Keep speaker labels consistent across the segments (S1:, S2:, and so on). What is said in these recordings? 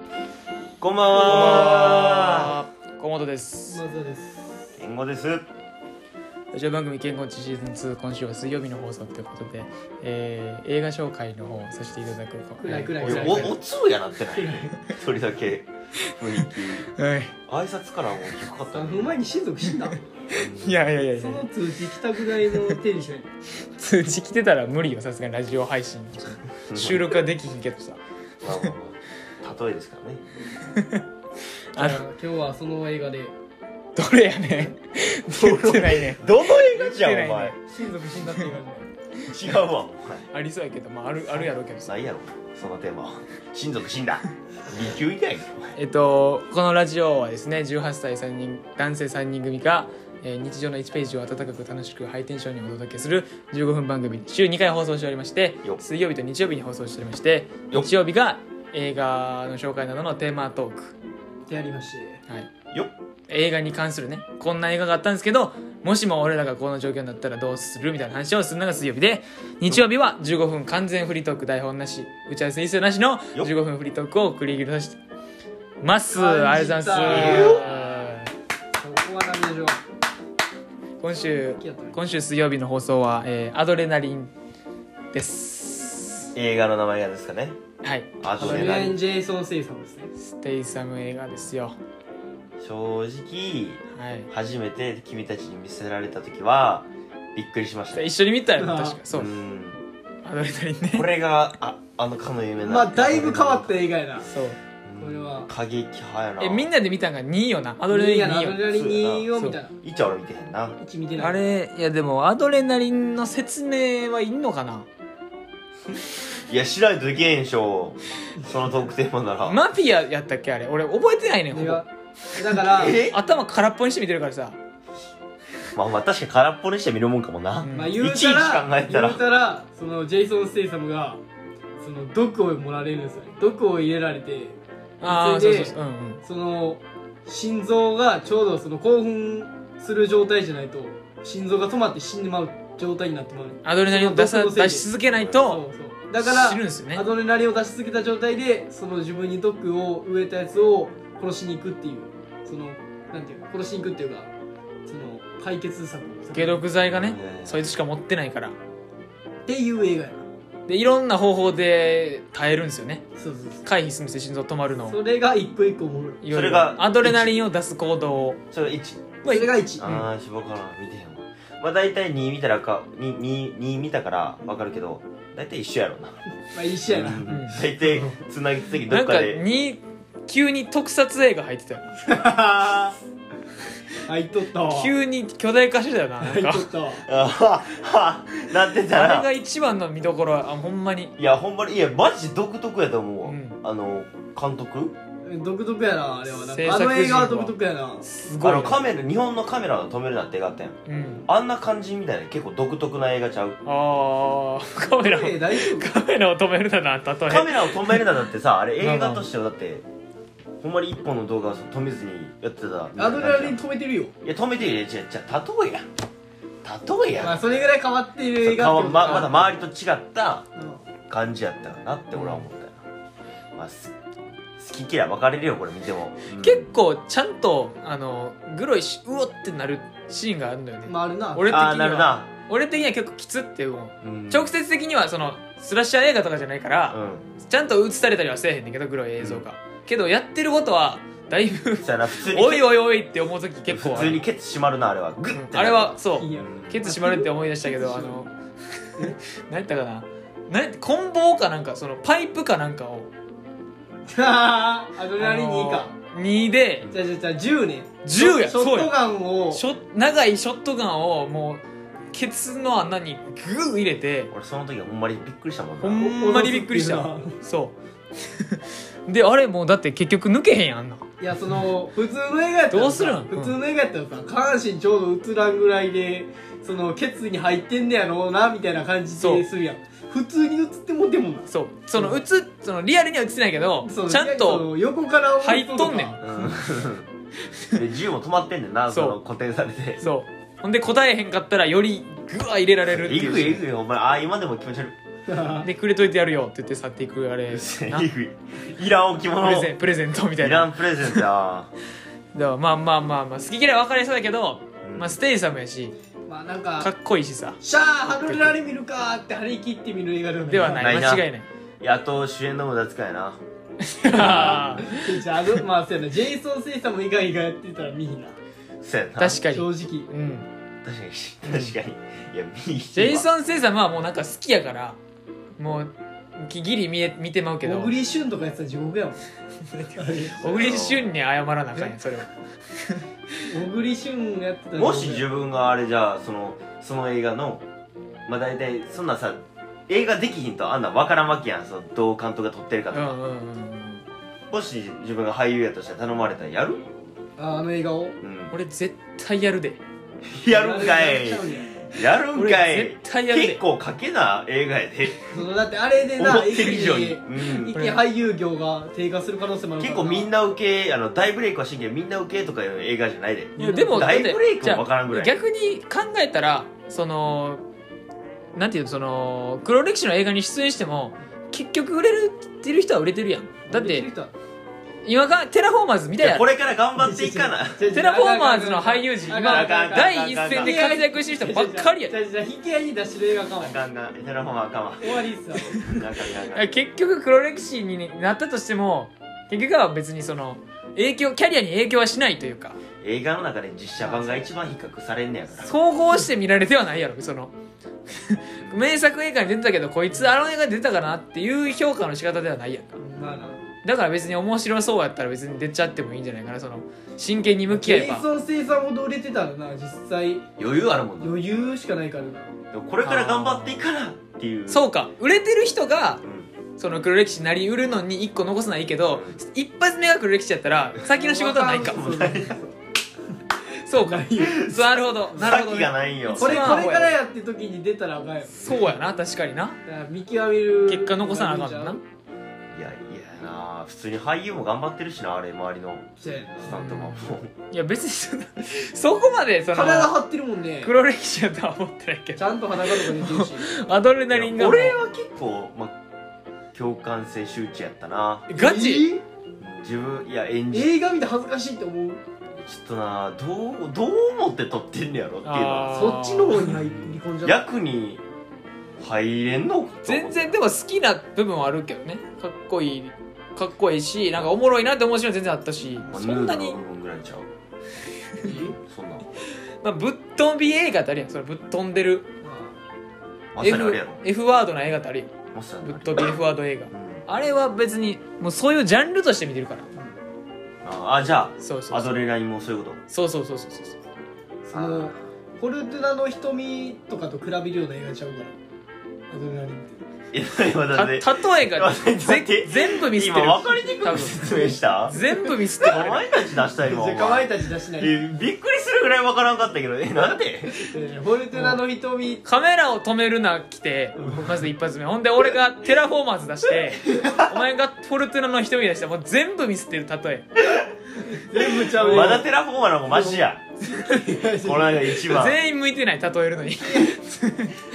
S1: こんばん
S2: こんばん
S1: は。
S2: は小本です
S3: まずです。
S1: 言語です。
S2: ラジオ番組「健康知シーズン2」今週は水曜日の放送ということで、えー映画紹介の方をさせていただく
S3: くらいくらい
S1: お
S2: はい
S3: くらい
S1: おお通やなってない。 一人だけ雰囲気。
S2: はい
S1: 挨拶からもう低かった
S3: あ
S1: ね。
S3: の前に親族死んだ。
S2: いやいやいやい
S3: そ
S2: や
S3: の通知来たぐらいのテンション。
S2: 通知来てたら無理よさすがにラジオ配信収録はできひんけどさ
S1: まあまあまあ例えですからね。
S2: あ
S3: じゃあ
S2: の
S3: 今日はその映画で
S2: どれやねん 言ってないね
S1: どの映
S2: 画じゃんお前
S3: 親族死んだって映画じゃない。
S1: 違うわ。お前
S2: ありそうやけどまああるあるやろうけどさ
S1: ないやろ。そのテーマは。親族死んだ。B 級以外の。
S2: えっとこのラジオはですね18歳3人男性3人組が、えー日常の1ページを温かく楽しくハイテンションにお届けする15分番組週2回放送しておりまして
S1: よ
S2: 水曜日と日曜日に放送しておりまして
S1: よ
S2: 日曜日が映画の紹介などのテーマトーク、
S3: でやりまして。
S2: はい、
S1: よっ。
S2: 映画に関するねこんな映画があったんですけどもしも俺らがこの状況になったらどうするみたいな話をするのが水曜日で日曜日は15分完全フリートーク台本なし打ち合わせ一切なしの
S1: よっ
S2: 15分フリートークを繰り広げますあ
S3: 感
S2: り
S3: じた
S2: がとうございます
S3: そこはダメでしょう。
S2: 今週
S3: 好きやったね
S2: 今週水曜日の放送は、えーアドレナリンです
S1: 映画の名前がですかね。
S2: はい
S1: ア
S3: ア
S1: ド
S3: ドレ
S1: レナ
S3: ナ
S1: リ
S3: リン・
S1: ン。
S3: ジェイソン・セイさんですね。
S2: ステイサム映画ですよ
S1: 正直
S2: はい
S1: 初めて君たちに見せられた時はびっくりしました。
S2: 一緒に見たよね確か
S3: あ
S2: そう
S1: うん
S2: アドレナリンね
S1: これがああのかの夢な
S3: まあだいぶ変わった映画やな。
S2: そう
S1: うん
S3: これは
S1: 過激派やな
S2: えみんなで見たんが2位よなア
S3: ア
S2: ドレナリン
S3: ア
S2: 2位よ
S3: ドレナリン2を見たら。
S1: いっちゃん俺見てへんな
S3: 一見てない。
S2: あれいやでもアドレナリンの説明はいんのかない
S1: や知らんとできへんでしょそのトークテーマなら、
S2: マフィアやったっけあれ俺覚えてないねんほ
S3: 映
S2: ぼ
S3: 画だから、
S1: え
S2: 頭空っぽにして見てるからさ
S1: まあまあ確かに空っぽにして見るもんかもな、
S2: うん
S3: まあ言う
S1: いち
S3: た
S1: いち考
S3: ら
S1: えたら
S3: 言うたらそのジェイソン・ステイサムがその毒を盛られるんですよね。毒を入れられて。
S2: ああ
S3: そ
S2: そう
S3: れ
S2: そ
S3: で
S2: うそううんうん
S3: その心臓がちょうどその興奮する状態じゃないと心臓が止まって死んでまう状態になってまうねん
S2: アドレナリンを出
S3: そ
S2: さ
S3: の毒のせいで
S2: 出し続けない
S3: そ
S2: と
S3: うそうだから
S2: 死ぬんですよね
S3: アドレナリンを出し続けた状態でその自分に毒を植えたやつを殺しに行くっていうそのなんていうか殺しに行くっていうかその解決策
S2: 解毒剤がね
S1: うん
S2: そいつしか持ってないから
S3: っていう映画やな
S2: でいろんな方法で耐えるんですよね
S3: そうそうそ
S2: 回避するんですよ心臓止まるの
S3: う
S2: を
S3: それが一個一個おもろい
S2: いろ
S1: それ
S2: いろ
S1: が
S2: アドレナリンを出す行動を
S1: それ1
S3: それが1
S1: ああしぼから見てへんわまあ大体2見たらか 2, 2, 2見たから分かるけど大体一緒やろな
S3: まあ一緒やな、
S1: うん大体つなぎつぎど
S2: な
S1: っ
S2: んか
S1: かで
S2: に急に特撮映画入ってたよ
S3: 入っとった わ
S2: 急に巨大化してたよななん
S3: 入っ
S2: か
S3: とったわ
S1: あははなってた
S2: あれ
S1: ら
S2: が一番の見どころはあほんまに
S1: いやほんまにいやマジ独特やと思うわ、
S2: うん
S1: あの監督
S3: 独特やなあれはなん
S2: 制
S3: かあ
S2: 作
S3: の映画は
S2: 陣は
S3: 独特や な
S2: すご
S1: あ
S2: い
S1: の
S2: よ
S1: カメラ日本のカメラを止めるなって映画あったやん
S2: うん
S1: あんな感じみたいな結構独特な映画ちゃう
S2: あー カメラを
S3: え大丈
S2: カ
S3: 夫
S2: メラを止めるだな例
S1: カ
S2: え
S1: メラを止めるなだってさあれ映画としてはだってほんまに一本の動画を止めずにやってたみたいな
S3: アドレナリン止めてるよ
S1: いや止めてるよじゃじゃ例えや例えや、
S3: まあそれぐらい変わってる
S1: そ
S3: 映
S1: う
S3: 画
S1: 顔
S3: ってこと
S1: まま
S3: か
S1: だ周りと違った
S3: うん
S1: 感じやったかなって俺は思ったよな、まあ、す好き嫌い分かれるよこれ見ても、うん
S2: 結構ちゃんとあのグロいしうおってなるシーンがあるんだよね、
S3: まああるな
S2: 俺的に
S1: あ
S2: は
S1: あなるな、
S2: 俺的には結構きつって思う
S1: うん
S2: 直接的にはそのスラッシャー映画とかじゃないから、
S1: う
S2: ちゃんと映されたりはせえへんねんけどグロい映像が、けどやってることはだいぶ
S1: んそやな普通に
S2: おいおいおいって思う時結構
S1: 普
S2: あ
S1: 通
S2: る
S1: にケツ締まるなあれはグッて
S2: うん
S1: なる
S2: あれはそ
S3: いういやろ
S2: ケツ閉まるって思い出したけどあの何やったかな何やった棍棒かなんかそのパイプかなんかを
S3: アドレナリン2
S2: あ
S3: か
S2: のー2で
S3: じゃあじゃあじゃあ10ね
S2: 10や
S3: ショショ
S2: そう
S3: ッ
S2: や
S3: トガンを
S2: ショ長いショットガンをもうケツの穴にグー入れて
S1: 俺その時はほんまにびっくりしたもんな
S2: ほんまにびっくりしたわそうであれもうだ って結局抜けへんやんあんない
S3: やその普通の映画やったらさ
S2: どうするん
S3: 普通の映画やったらさ下半身ちょうど映らんぐらいでそのケツに入ってんねやろうなみたいな感じ
S2: そう
S3: でするやん普通に映ってもでもな
S2: そうその映っそのリアルには映ってないけど
S3: そう
S2: ちゃん
S3: そ
S2: と
S3: の横から
S2: 入っとんね
S1: う
S2: ん
S1: ん で銃も止まってんねんな
S2: そ
S1: そうの固定されて
S2: そうほんで答えへんかったらよりグワ入れられるって
S1: え
S2: いう
S1: ぐいえぐいお前ああ今でも気持ち悪い
S2: でくれといてやるよって言って去っていくあれ なプ
S1: いらん置物
S2: レゼ
S1: い
S2: ンプレゼントみたい
S1: ら
S2: なん
S1: プレゼントや、
S2: だからまあまあまあまあ好き嫌い分かれそうだけど、
S1: うん
S2: まあ、ステイサムやし
S3: まあなん
S2: かっ
S3: か
S2: こいいしさ
S3: 「シャー春ルラリ見るか」って張り切って見る映画ではない
S2: ではない
S1: ないな
S2: 間違いない
S1: いやあと主演の無駄遣いやな
S3: じゃあのまあそうやなジェイソン・セイサム以外がやってたら見ひんな
S1: そうやな
S2: 確かに
S3: 正
S2: う
S3: 直
S2: ん
S1: 確かに確かにいや見
S2: ジェイ
S1: ン
S2: ソン・セイサムはもうなんか好きやからもうギリ見え見てまうけど
S3: 小栗旬とかやってたら 地獄やもん
S2: 小栗旬に謝らなあかんやんそれは
S3: 小栗旬やってたら地獄や
S1: もし自分があれじゃあそのその映画のまあ大体そんなさ映画できひんとあんなん分からんわけやんそのどう監督が撮ってるか
S2: う
S1: とか、
S2: んうんうんうん
S1: もし自分が俳優やとして頼まれたらやる、
S3: ああの映画を
S1: うん、
S2: 俺絶対やるで
S1: やるんかい
S3: やっちゃうんや
S1: やるんか
S2: 俺
S1: い
S2: 絶対やるで
S1: 結構かけな映画やで
S3: そのだってあれで
S1: 思
S3: な
S1: ってる以上に、
S3: 一気
S1: うん
S3: 一気に俳優業が低下する可能性もあるか
S1: 結
S3: ら
S1: 構みん
S3: な
S1: な受けあの大ブレイクは神経みんな受けとかいう映画じゃないで
S2: いやでも
S1: 大
S2: だって
S1: ブレイク
S2: じゃ
S1: も
S2: あ
S1: 分からんぐらい
S2: 逆に考えたらそのなんていうのその黒歴史の映画に出演しても結局売れるってる人は売れてるやんだっ
S3: 売れる
S2: て
S3: 人は
S2: 今がテラフォーマーズみたい
S1: いや
S2: な
S1: これから頑張っていかな
S3: 違う違う
S2: テラフォーマーズの俳優陣
S3: あかんあかんあかん
S2: 第一線で活躍してる人ばっかりや
S3: じゃじゃ引き合いに出してる映画かも
S1: あかんがテラフォーマーあかんわ
S3: 終わりっすわ
S1: あかんあかんあかん
S2: 結局黒歴史になったとしても結局は別にその影響キャリアに影響はしないというか
S1: 映画の中で実写版が一番比較されんねやから
S2: 総合して見られてはないやろその 名作映画に出てたけどこいつあの映画に出てたかなっていう評価の仕方ではないやんか
S3: まあな
S2: だから別に面白そうやったら別に出ちゃってもいいんじゃないかなその真剣に向き
S3: ジ
S2: 合え
S3: ェイ
S2: ば
S3: ソン・セイサムほど売れてたらな実際
S1: 余裕あるもんな
S3: 余裕しかないからな
S1: でもこれから頑張っていかなっていう、
S2: そううか売れてる人が
S1: ん、
S2: その黒歴史なり売るのに1個残すのはいいけど
S1: う
S2: 一発目が黒歴史やったら先の仕事はないか
S3: そうそうそう
S2: そうかそうなるほどなるほど
S1: 先
S2: ね、
S1: がないよ
S3: これ
S2: 一
S3: こ
S2: 番
S3: れからやって時に出たらあかんよ
S2: そうやな確かにな
S3: だから見極める
S2: 結果残さなあかんのない
S1: やいやな普通に俳優も頑張ってるしなあれ周りの
S3: そうやない
S1: スタントマンも
S2: いや別にそんなそこまでその
S3: 体張ってるもんね
S2: 黒歴史やとは思ってないけ
S3: ち
S2: ど
S3: ゃんと裸とか出てるし
S2: アドレナリン
S1: いや
S2: がもう
S1: 俺は結構、まあ、共感性周知やったな
S2: ガチ、
S1: 自分いや演じちょ
S3: 映画見て恥ずかしいって思う
S1: っとなどうどう思って撮ってんねやろっていうのは
S2: あー
S3: そっちの方に入り込んじゃう
S1: 役に入れんのと思って
S2: 全然でも好きな部分はあるけどねかっこいいかっこいいしなんかおもろいなって面白いの全然あったし
S1: まあ
S2: そんな
S1: ヌ
S2: に
S1: ードの、部分ぐらいちゃうそんな
S2: まあ、ぶっ飛び映画ってあるやんそれぶっ飛んでる
S1: まさにあ
S2: F,
S1: れやろ
S2: F ワードな映画ってあるやん
S1: まさに
S2: ぶっ
S1: あれ
S2: 飛び F ワード映画
S1: うん
S2: あれは別にもうそういうジャンルとして見てるから
S1: ああじゃ
S2: そう
S1: あ
S2: そう
S1: ア
S2: そ
S1: ド
S2: う
S1: レナリンもそういうこと
S2: そうそうそうそうそう
S3: そのホルトゥナの瞳とかと比べるような映画ちゃうからアドレナリンって
S1: え今だ
S2: た
S1: って
S2: 例え が
S1: 待って待って
S2: ぜ全部ミスっ
S1: 今
S2: てる
S1: 分かりに
S2: 多
S1: くく
S2: 分
S1: 説明 した
S2: 全部ミスってる
S1: お
S2: 俺ら
S1: 前たち出した今お
S3: じ
S1: 前
S3: ゃあかまいたち出しないで
S1: えびっくりするぐらい分からんかったけどえなんで
S3: ホルトゥナの瞳
S2: カメラを止めるな来てまず一発目ほんで俺がテラフォーマーズ出して お前がフォルトゥナの瞳出してもう全部ミスってる例え
S3: 全部ちゃうよ
S1: まだテラフォーマーの方がマシやこの間一番
S2: 全員向いてない例えるの に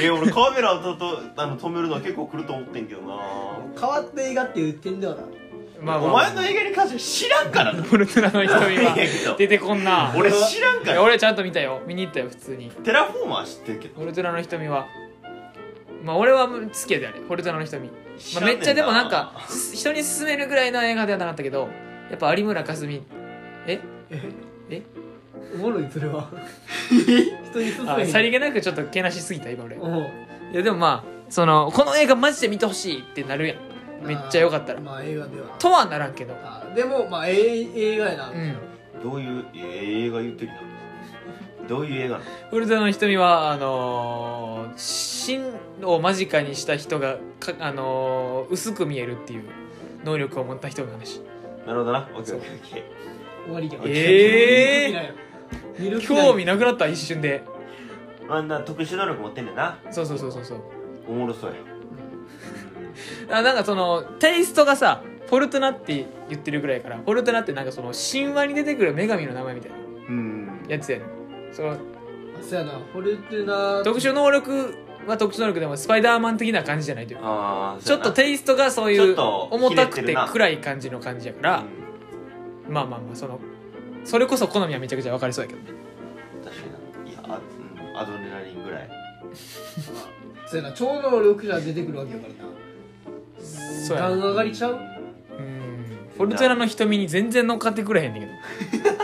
S1: え俺カメラととあの止めるのは結構来ると思ってんけどな
S3: 変わった映画っていう点ではな
S2: まあま
S1: お
S2: あ、
S1: 前の映画に関しては知らんからな
S2: フォルトゥナの瞳
S1: いやいや
S2: は出てこんな
S1: 俺知らんか
S2: い
S1: ら
S2: や俺はちゃんと見たよ見に行ったよ普通に
S1: テラフォーマー知ってるけど
S2: フォルトゥナの瞳はまあ俺は好きやであれフォルトゥナの瞳、ま
S1: 知
S2: あ、
S1: らん
S2: め
S1: ね
S2: っちゃでもなんかす人に勧めるぐらいの映画ではなかったけどやっぱ有村架純え
S3: おもろいそれは人に勧め
S2: あ
S3: へん
S2: さりげなくちょっとけなしすぎた今俺
S3: おう
S2: いやでもまあそのこの映画マジで見てほしいってなるやんめっちゃ良かったら
S3: まあ映画では
S2: とはならんけど
S3: あでもまあえ映画やな、
S2: うん
S1: どういうえー映画言ってるのどういう映画なの
S2: ウルトラの瞳はあのー、真を間近にした人がか、あのー、薄く見えるっていう能力を持った人の話
S1: なるほどなオッケーオッケーオッケ
S3: 終わりじゃん
S2: え
S3: ー、見る気ない
S2: 興味なくなった一瞬で
S1: ーあんな特殊能力持ってんねんな
S2: そうそうそうそうそう
S1: おもろそうや
S2: あなんかそのテイストがさフォルトナって言ってるぐらいやからフォルトナってなんかその神話に出てくる女神の名前みたいな
S1: うん
S2: やつやねんその
S3: そうやなフォルトゥナ
S2: 特殊能力は特殊能力でもスパイダーマン的な感じじゃないというか
S1: ああ
S2: ちょっとテイストがそういう
S1: ちょっと
S2: 重
S1: ひね
S2: た
S1: っ
S2: く
S1: て
S2: て
S1: るな
S2: 暗い感じの感じやから、まあまあまあそのそれこそ好みはめちゃくちゃ分かりそうやけどね
S1: 確かにいやあ、うん、アドレナリンぐらい
S3: そうやな超能力者出てくるわけやからな
S2: そうや
S3: 段
S2: な
S3: 上がりちゃう
S2: うんフォルトゥナの瞳に全然乗っかってくれへんねんけど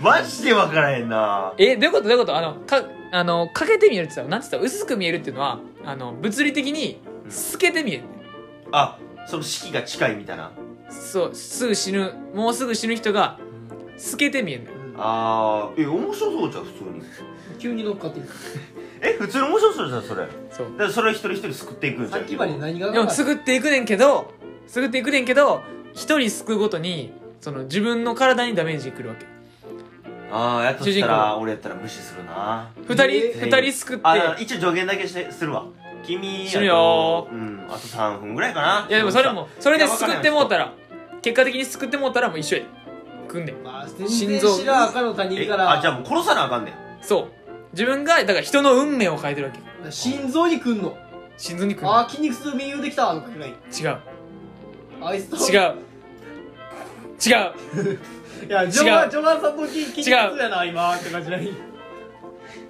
S1: マジで分からへんな
S2: えどういうことどういうことあのかあのかけて見えるって言ったのなんて言った薄く見えるっていうのはあの物理的に
S1: うん
S2: 透けて見えるね、
S1: あその式が近いみたいな
S2: そうすぐ死ぬもうすぐ死ぬ人が透けて見えるのよ
S1: あーえ面白そうじゃん普通に
S3: 急に乗っかってくる
S1: え普通に面白そうじゃんそれだか
S2: そう
S1: らそれを一人一人救っていくんじ
S3: さ
S1: ゃん
S3: っきまで何が
S2: でもすぐっていくねんけどすぐっていくねんけど一人救うごとにその自分の体にダメージくるわけ
S1: ああやっとし
S2: 主人
S1: たら
S2: 公
S1: 俺やったら無視するな
S2: 二人、
S3: え
S1: ー
S2: 二人救って
S1: あだから一応助言だけしてするわ君
S2: 死ぬよ
S1: あとうんあと3分ぐらいかない
S2: いやでもそれもそれで
S1: いやわかん
S2: 救
S1: ない
S2: ってもうたら結果的に救ってもうたらもう一緒や組んでん
S3: まあ
S2: 心
S3: 全然
S2: 臓
S3: 知らん赤の他人
S1: え
S3: から
S1: あじゃあもう殺さなあかんねん
S2: そう自分がだから人の運命を変えてるわけ
S3: 心臓にくんの
S2: 心臓に組ん
S3: あー筋肉痛右腕できたとか言うない
S2: 違う
S3: あいつと
S2: 違う違う
S3: いやジョ
S2: 違う
S3: バジョバさんと筋筋肉痛やな今って感じない
S1: だか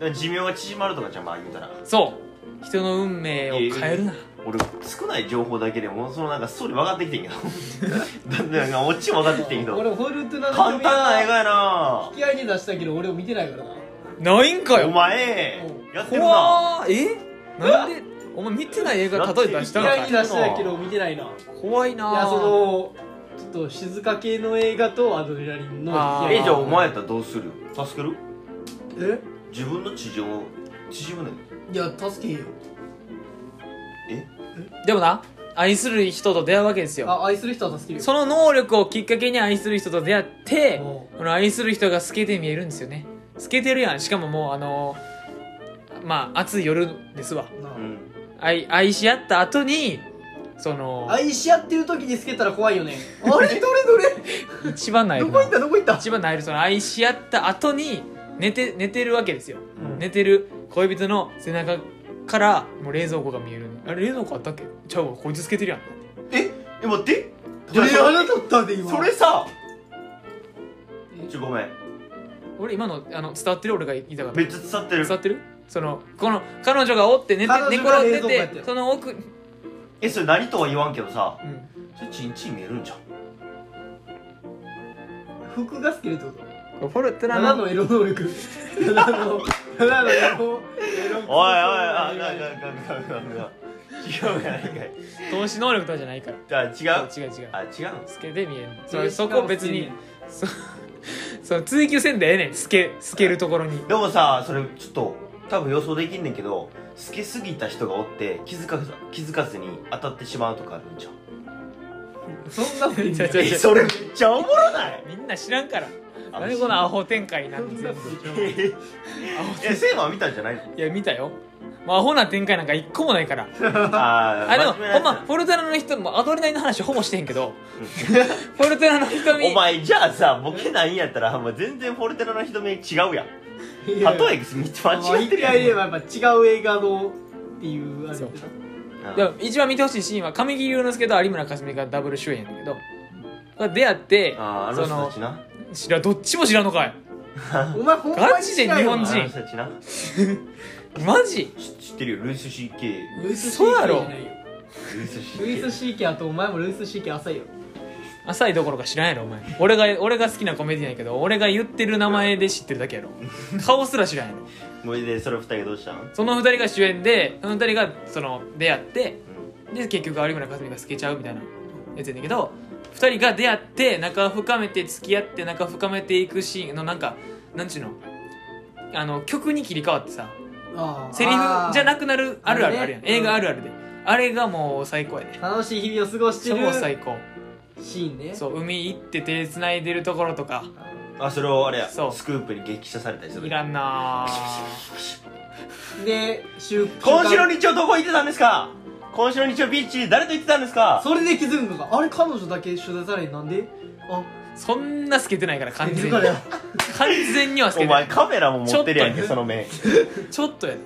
S1: ら寿命が縮まるとかじゃんまあ言うたら
S2: そう人の運命を変えるな
S1: 俺少ない情報だけでもそのなんかストーリー分かってきてんけどだってなんかオチも分かってきてんけど
S3: 俺ホルトゥナの
S1: 簡単な映画や
S3: 引き合いに出したけど俺を見てないからな
S2: ないんか
S1: なお
S2: よ
S1: 前やってるな
S2: 怖ーえなんでお前見てない映画例え出した
S3: 引き
S2: のか
S1: や
S2: い
S3: 合いに出したけど見てないない
S2: 怖いな
S3: やそのちょっと静か系の映画とアドレナリンの
S2: あー
S1: えじゃあお前やったらどうするよ助ける
S3: え
S1: 自分の地上を縮むねん
S3: いや助けへんよ
S2: でもな愛する人と出会うわけですよ
S3: あ愛する人は助けるよ
S2: その能力をきっかけに愛する人と出会って
S3: お
S2: この愛する人が透けて見えるんですよね透けてるやんしかももうあのーまあ暑い夜ですわ
S3: なあ
S1: うん
S2: 愛愛し合った後にその
S3: 愛し合ってる時につけたら怖いよねあれどれどれ
S2: 一番ない
S3: どこ行ったどこ行った
S2: 一番ないるその愛し合った後に寝て寝てるわけですよ、
S1: うん
S2: 寝てる恋人の背中からもう冷蔵庫が見えるあれ冷蔵庫あったっけちゃうわこいつつけてるやん
S1: ええ待って
S3: どれ
S1: じゃあ
S3: 穴取ったで今
S1: それさ
S3: え
S1: ちょごめん
S2: 俺今のあの伝わってる俺が言いたかった
S1: めっちゃ伝わってる
S2: 伝わってるそのこの彼女がおって寝て
S3: 彼
S2: 寝
S3: 女が
S2: 転
S3: 冷蔵
S2: ん
S3: 庫や
S2: で
S3: って
S2: て
S3: る
S2: その奥、う
S1: えそれ何とは言わんけどさ
S2: ん、
S1: それチンチン見えるんじゃん
S3: 服が透けるってこと
S2: フォルトラ
S3: 7
S2: の
S3: のエロ能力7の7のエロエロ
S1: おいおいあかんあかんあかんあかんあかんあかん違うやないかい
S2: 投資能力とはじゃないから
S1: じゃあ違う
S2: 違う違う
S1: あ違う
S2: 透けて見えるそそこ別にそその追求せんでええねん透け透けるところに
S1: でもさそれちょっと多分予想できんねんけど透けすぎた人がおって気づかず気づかずに当たってしまうとかあるんじゃん
S3: そんなふうに
S2: ちょちょ
S1: えそれめっちゃおもろない
S2: みんな知らんから何このアホ展開なんて全部
S1: え
S2: アホ
S1: えセイマー見たんじゃないの
S2: いや見たよまあアホな展開なんか一個もない から
S1: あー
S2: あでも
S1: 真面目なや
S2: ほん
S1: つ
S2: まフォルテラの人もアドレナリンの話ほぼしてへんけど フォルテラの 瞳
S1: お前じゃあさボケないんやったらほんま全然フォルテラの人目違うやん
S3: 例
S1: 例えめっちゃ間違ってるやん
S3: 言えばやっぱ違う映画のっていうあれ
S2: そう
S1: うん
S2: でも一番見てほしいシーンは神木隆之介と有村架純がダブル主演やねんだけどこれ出会って
S1: あーあの
S2: そ
S1: 人
S2: の
S1: たちな
S2: 知らどっちも知らんのかい
S3: お前ほんまに
S2: ガチで日
S1: あ
S2: 本
S1: の
S2: 人
S1: 人たちな
S2: マジ
S1: 知知ってるよルイス CK
S2: 嘘やろ
S1: ルイス CK
S3: ルイス CK あとお前もルイス CK 浅いよ
S2: 浅いどころか知らんやろお前俺が俺が好きなコメディアンやけど俺が言ってる名前で知ってるだけやろ顔すら知らんやろ
S1: もうでそれ二人どうしたん
S2: その二人が主演でその二人がその出会ってで結局有村架純が透けちゃうみたいなやつやねんけど2人が出会って仲を深めて付き合って仲を深めていくシーンのなんかなんちゅうのあの曲に切り替わってさセリフじゃなくなるあるあるあるやん
S3: あれね
S2: 映画あるあるであれがもう最高やで
S3: 楽しい日々を過ごして
S2: 超
S3: る
S2: 最高
S3: シーンね
S2: そう海行って手繋いでるところとか
S1: あそれをあれやス
S2: そう
S1: クープに激写されたりする
S2: いらんなぁ
S3: で週
S1: 今週の日曜どこ行ってたんですか今週の日曜ビーチ誰と行ってたんですか
S3: それで気づくのかあれ彼女だけ取材されへんなんであ
S2: そんな透けてないから完
S3: 出
S2: 全
S3: る
S2: に
S3: からや
S2: 完全には透
S1: お
S2: けてな
S1: 前
S2: い
S1: カメラも持ってるやんけ
S2: ちょっと
S1: その目
S2: ちょっとやで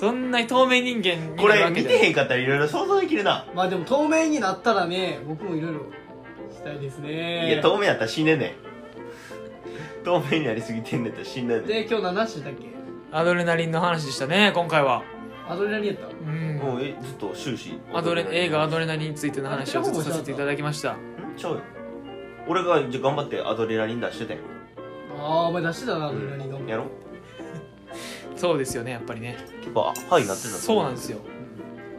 S2: そんな透明人間に
S1: こ
S2: なる
S1: れ
S2: わけ
S1: 見
S2: じゃ
S1: てへんかったらいろいろ想像できるな、
S3: まあでも透明になったらね僕もいろいろしたいですね
S1: いや透明やったら死ねんねん透明になりすぎてんねんやったら死んだね
S3: で今日何してたっけ
S2: アドレナリンの話でしたね今回は
S3: アドレナリンやった
S2: うん
S1: もうえずっと終始
S2: アドレ映画「アドレナリン」についての話をずっとさせていただきました
S1: んちゃうよ俺がじゃあ頑張ってアドレナリン出してたよ、
S3: ああお前出してたなア
S1: う
S3: ドレナリンが、
S1: ん、やろ
S2: そうですよねやっぱりね
S1: 結構あはいなってた
S2: そうなんですよ、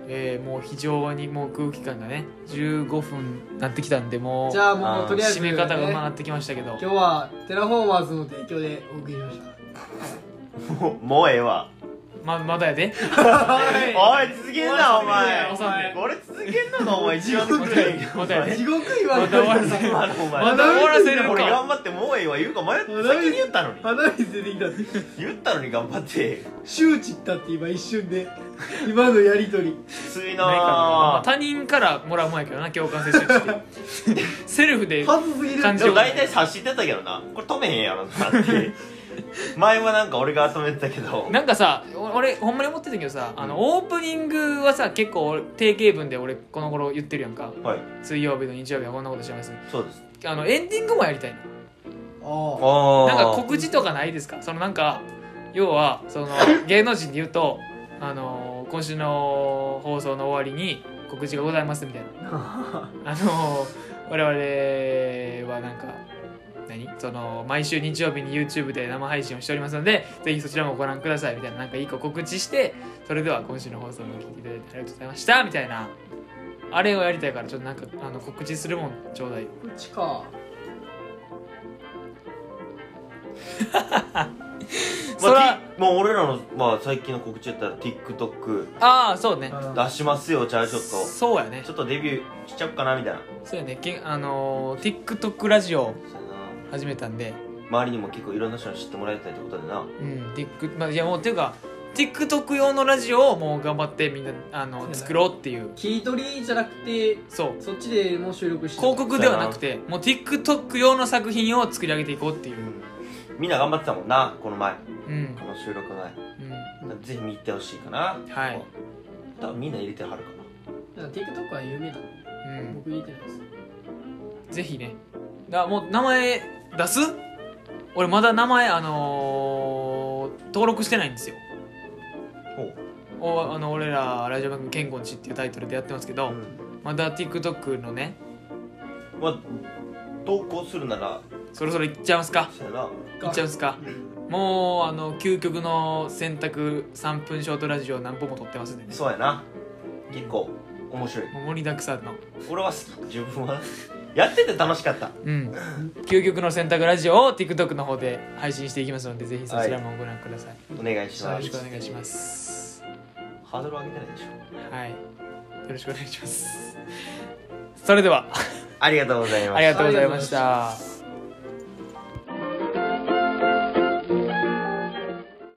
S2: えー、もう非常にもう空気感がね15分なってきたんでもう
S3: じゃあもうとりあえず、
S2: 締
S3: ね、
S2: め方がうまなってきましたけど
S3: 今日はテラフォーマーズの提供でお送りしました
S1: もうもうええわ
S2: ままだやで
S1: おい続けんなお前
S2: お前
S1: 俺続けんなのお前一番続
S2: ま
S1: け
S2: だ
S1: へ
S2: や
S1: ん
S2: で
S1: よ
S2: まだやで
S3: 地獄言わ
S2: ま
S3: れ
S2: だ終わらせる
S1: まだお前
S2: まだ終わらせる
S1: 俺
S2: か
S1: 頑張ってもうええわ言うか迷って
S3: まだ
S1: 先に言ったのに
S3: 鼻水出てきたって
S1: 言ったのに頑張って
S3: 周知ったって今一 瞬で今のやりとり
S1: きつい
S2: ないからなまあ
S1: なぁ
S2: 他人からもらうもんやけどな共感接種ってセルフで
S3: はずすぎる
S2: 感
S1: で
S2: じ
S1: も
S2: を
S1: 大体察してたけどなこれ止めへんやろな って前はなんか俺が止めてたけど
S2: なんかさお俺ほんまに思ってたけどさ、あのオープニングはさ結構俺定型文で俺この頃言ってるやんか
S1: はい
S2: 水曜日の日曜日はこんなことしてます
S1: そうです
S2: あのエンディングもやりたいな
S3: ああ
S1: あ
S2: なんか告知とかないですかそのなんか要はそ の芸能人で言うとあのー今週の放送の終わりに告知がございますみたい なあのー我々はなんか何その毎週日曜日に YouTube で生配信をしておりますのでぜひそちらもご覧くださいみたいななんか一個告知してそれでは今週の放送も聞いていただいてありがとうございましたみたいなあれをやりたいからちょっとなんかあの告知するもんちょうだい
S3: こっちか
S2: そら
S1: まあ、もう俺らの、まあ、最近の告知やったら TikTok
S2: ああそうね
S1: 出しますよじゃあちょっと
S2: そうやね
S1: ちょっとデビューしちゃおうかなみたいな
S2: そうやねけあのー、TikTok ラジオ
S1: そうやな
S2: 始めたんで
S1: 周りにも結構いろんな人に知ってもらいたいってことでな
S2: うん Tik まあいやもうっていうか TikTok 用のラジオをもう頑張ってみんなあ
S3: そうや
S2: の
S3: な
S2: 作ろうっていう
S3: 切り取りじゃなくて
S2: そう
S3: そっちでもう収録して
S2: 広告ではなくてもう TikTok 用の作品を作り上げていこうっていう
S1: みんな頑張ってたもんなこの前
S2: うん
S1: この収録前
S2: うん
S1: ぜひ見に行ってほしいかな
S2: はい
S1: 多分みんな入れてはるか
S3: なんか TikTok は有名だ僕入れてないです
S2: うんぜひねだもう名前出す俺まだ名前あのー、登録してないんですよ
S1: なほう
S2: おあの俺らラジオ番組「ケンゴンチ」っていうタイトルでやってますけど、まだ TikTok のね
S1: まあ投稿するなら
S2: そろそろいっちゃいますか
S1: そうやない
S2: っちゃいますかもうあの究極の選択3分ショートラジオ何本も撮ってますんでね
S1: そうやな結構面白い
S2: もう盛りだくさんの
S1: 俺は好き自分は やってて楽しかった
S2: うん究極の選択ラジオを TikTok の方で配信していきますのでぜひそちらもご覧ください、
S1: お願いし
S2: よ
S1: ま
S2: ろ
S1: す
S2: しくお願いします
S1: ハードル上げてないでしょ
S2: はいよろしくお願いしますそれでは
S1: ありがとうございま
S2: あ
S1: し
S2: り
S1: た
S2: がとうございました